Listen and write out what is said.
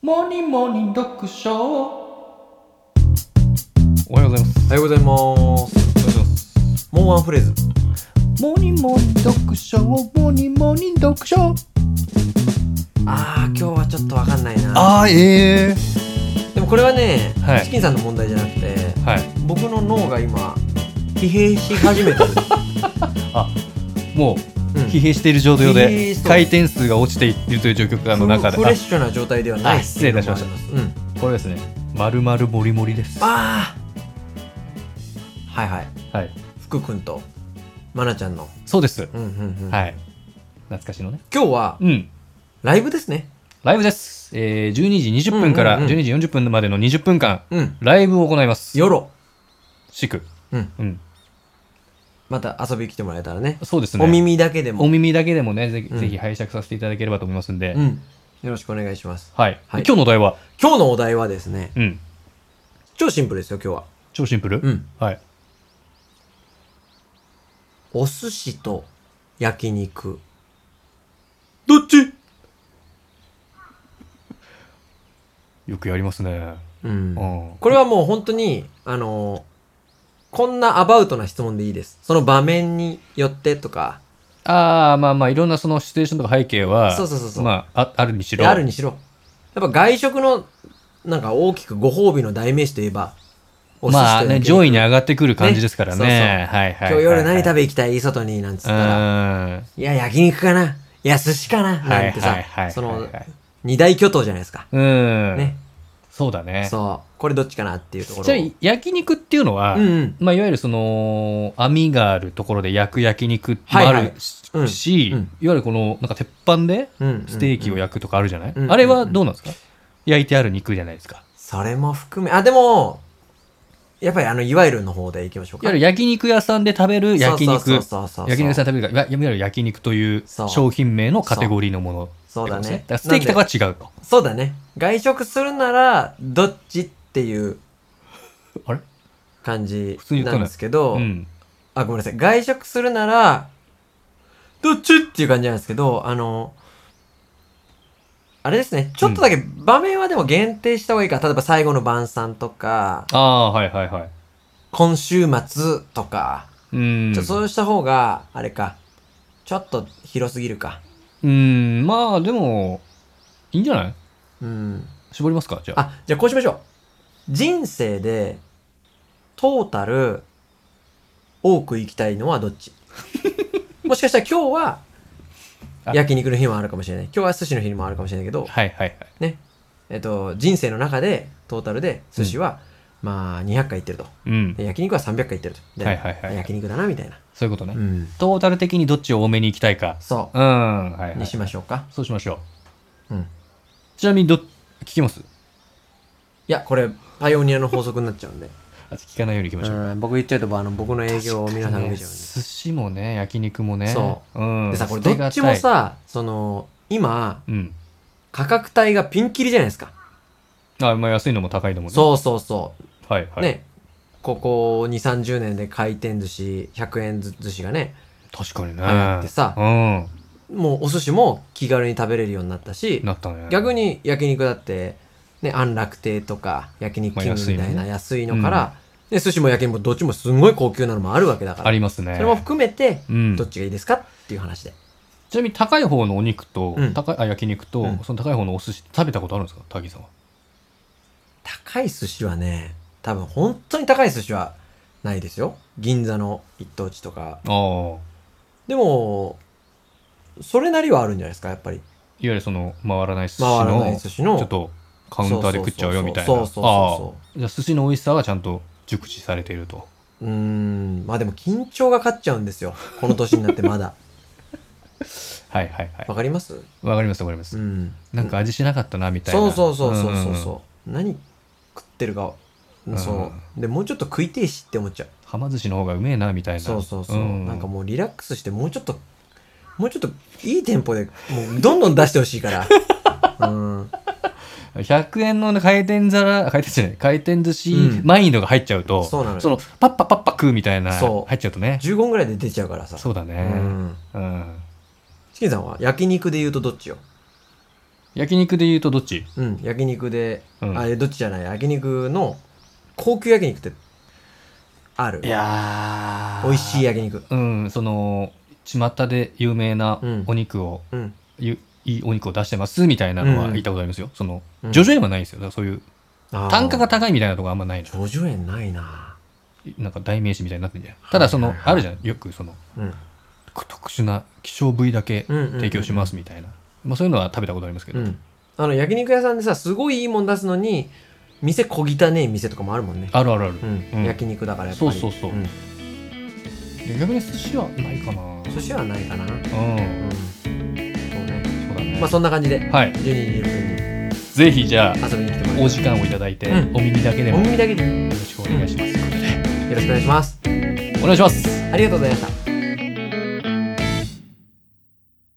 モーニングモーニング読書おはようございます。おはようございます。おはようございます。もうワンフレーズ。モーニングモーニング読書モーニングモーニング読書あー、今日はちょっとわかんないな。ああ、ええでもこれはね、はいチキンさんの問題じゃなくて、はい。僕の脳が今、疲弊し 始めてる。もうう疲ん弊している状況疲弊でし、そう回転数が落ちていっているという状況の中で。フレッあシュな状態ではないあ失礼いたしましたっていうのもあります。うん。これですね。まるまるもりもりです。はあー。はいはい。い。福くんと、まなちゃんの。そうです。うんうんうん。はい。懐かしのね。今日は、うん。ライブですね。ライブです。えー、12時20分からうんうんうん12時40分までの20分間、うん。ライブを行います。夜。祝。うん。うん。また遊びに来てもらえたらね。そうですね。お。耳だけでも。お耳だけでもね、ぜひ、うんぜひ拝借させていただければと思いますんで。うん。よろしくお願いします。はい。今はい日のお題は、今日のお題はですね、うん。超シンプルですよ、今日は。超シンプルうん。はい。お寿司と焼肉。どっちよくやりますね。うん。うん。これはもう本当に、あのーこんなアバウトな質問でいいです。その場面によってとか、ああ、まあまあ、いろんなそのシチュエーションとか背景は、そうそうそうそうまあ、ああるにしろ。あるにしろ。やっぱ外食の、なんか大きくご褒美の代名詞といえば、お寿司とまあ焼肉ね、上位に上がってくる感じですからね。ねはいはいはい、今日夜何食べべ行きたい外になんつっうたら、ーん。いや、焼肉かな。いや、寿司かな。はないんてはいはいはさ、い。そはのい、はい二大巨頭じゃないですか。うん。ね。そうだね。そう。これどっちかなっていうところを。じゃあ、焼肉っていうのは、うんうん。まあ、いわゆるその、網があるところで焼く焼肉もあはいはるいし、うんいうんわゆるこの、なんか鉄板でうんうんうんステーキを焼くとかあるじゃない、うんうんあれはどうなんですか、焼いてある肉じゃないですか。それも含め、あ、でも、やっぱりあの、いわゆるの方で行きましょういか。わゆる焼肉屋さんで食べる焼肉。そうそうそうそうそう焼肉屋さんで食べるが、いわいわゆる焼肉というそう商品名のカテゴリーのものってそうことですそうだねからステーキとかは違うと。そうだね。外食するなら、どっちっていうあれ感じ通に言ったなねんですけど、うん。あ、ごめんなさい。外食するなら、どっちっていう感じなんですけど、あの、あれですね。ちょっとだけ場面はでも限定した方がいいか。例えば最後の晩餐とか、ああ、はいはいはい。今週末とか、うんちょ。そうした方が、あれか、ちょっと広すぎるか。うん、まあでも、いいんじゃないうん。絞りますかじゃあ。あ、じゃあこうしましょう。人生で、トータル、多く行きたいのはどっ ちもしかしたら今日はあ、焼肉の日もあるかもしれない。今日は寿司の日もあるかもしれないけど、はいはいはい。ね。えっと、人生の中で、トータルで、寿司は、まあ、200回行ってると。うんで。焼肉は300回行ってると。ではいはいはい焼肉だな、みたいな。そういうことね。うん。トータル的にどっちを多めに行きたいか。そ。うん。はいうはにい。しましょうか。そうしましょう。うん。ちなみにど、聞きますいや、これ、パイオニアの法則になっちゃうんで。あ聞かないように行きましょう。うん、僕言っちゃうと、あの、僕の営業を皆さんがね見ちゃうんで。寿司もね、焼肉もね。。そううん。でさ、これ捨てどがったちいも、さ、その、今、うん。価格帯がピンキリじゃないですか。あ、まあ安いのも高いのもね。そうそうそはいはう。い。ね。ここ2、30年で回転寿司、100円寿司がね、確かにね。流行ってさうもうお寿司も気軽に食べれるようになったしん。、なったね。逆に焼肉だって、ね、安楽亭とか、焼肉キングみたいまなあ安いのから、ね、寿司も焼肉もどっちもすんごい高級なのもあるわけだかあら、りますね。それも含めて、うん。どっちがいいですかっていう話で。ちなみに高い方のお肉と、うん高いあ焼肉と、うんその高い方のお寿司食べたことあるんですかタギさんは。高い寿司はね、多分本当に高い寿司はないですよ。銀座の一等地とか。ああ。でも、それなりはあるんじゃないですか、やっぱり。いわゆるその回らない寿司回らないの寿司の。ちょっとカウンターで食っちゃうよみたいな。そうそうそうそああじゃあ寿司の美味しさはちゃんと熟知されていると。う。うーん。まあでも緊張が勝っちゃうんですよ。この年になって まだ。はいはいはい。わかりますわかりますわかります、うん。なんか味しなかったなみたいな。そうそうそうそんんうそう。んそう何食ってるか。そう。で、もうちょっと食いてえしって思っちゃう。はま寿司の方がうめえなみたいな。そうそうそう。んなんかもうリラックスして、もうちょっと、もうちょっといいテンポで、もうどんどん出してほし いから。うん。 100円の回転皿回転じゃない回転寿司うんマインドが入っちゃうと、そうなのよのパッパパッパ食うみたいなそう入っちゃうとね15分ぐらいで出ちゃうからさ。そうだうねん。うん、チキンさんは焼肉で言うとどっちよ焼肉で言うとどっちうん、焼肉で、うんあれどっちじゃない焼肉の高級焼肉ってあるいや美味しいや焼肉うんその巷で有名なうんお肉を、うんゆいいお肉を出してますみたいなのうはん言ったことありますよ、そのうん叙々苑はないですよだからそういう単価がい高いみたいなとこあんまないの叙々苑ないななんか代名詞みたいになってんじゃんただその、はいはいはいあるじゃんよくそのうん特殊な希少部位だけうんうんうんうん提供しますみたいな、まあ、そういうのは食べたことありますけど、うんあの焼肉屋さんでさすごいいいもん出すのに店小汚ねえ店とかもあるもんねあるあるある、うん、うん焼肉だからやっぱりそうそうそうんで逆に寿司はないかなうん寿司はないかなうそんうだねそうねまあそそんな感じではい12時16ぜひじゃあ時に遊びに来てもらいおます時間をいただいて、うんお耳だけでおもよ耳だけでよろしくお願いします、ろしくお願いしますお願いしますありがとうございました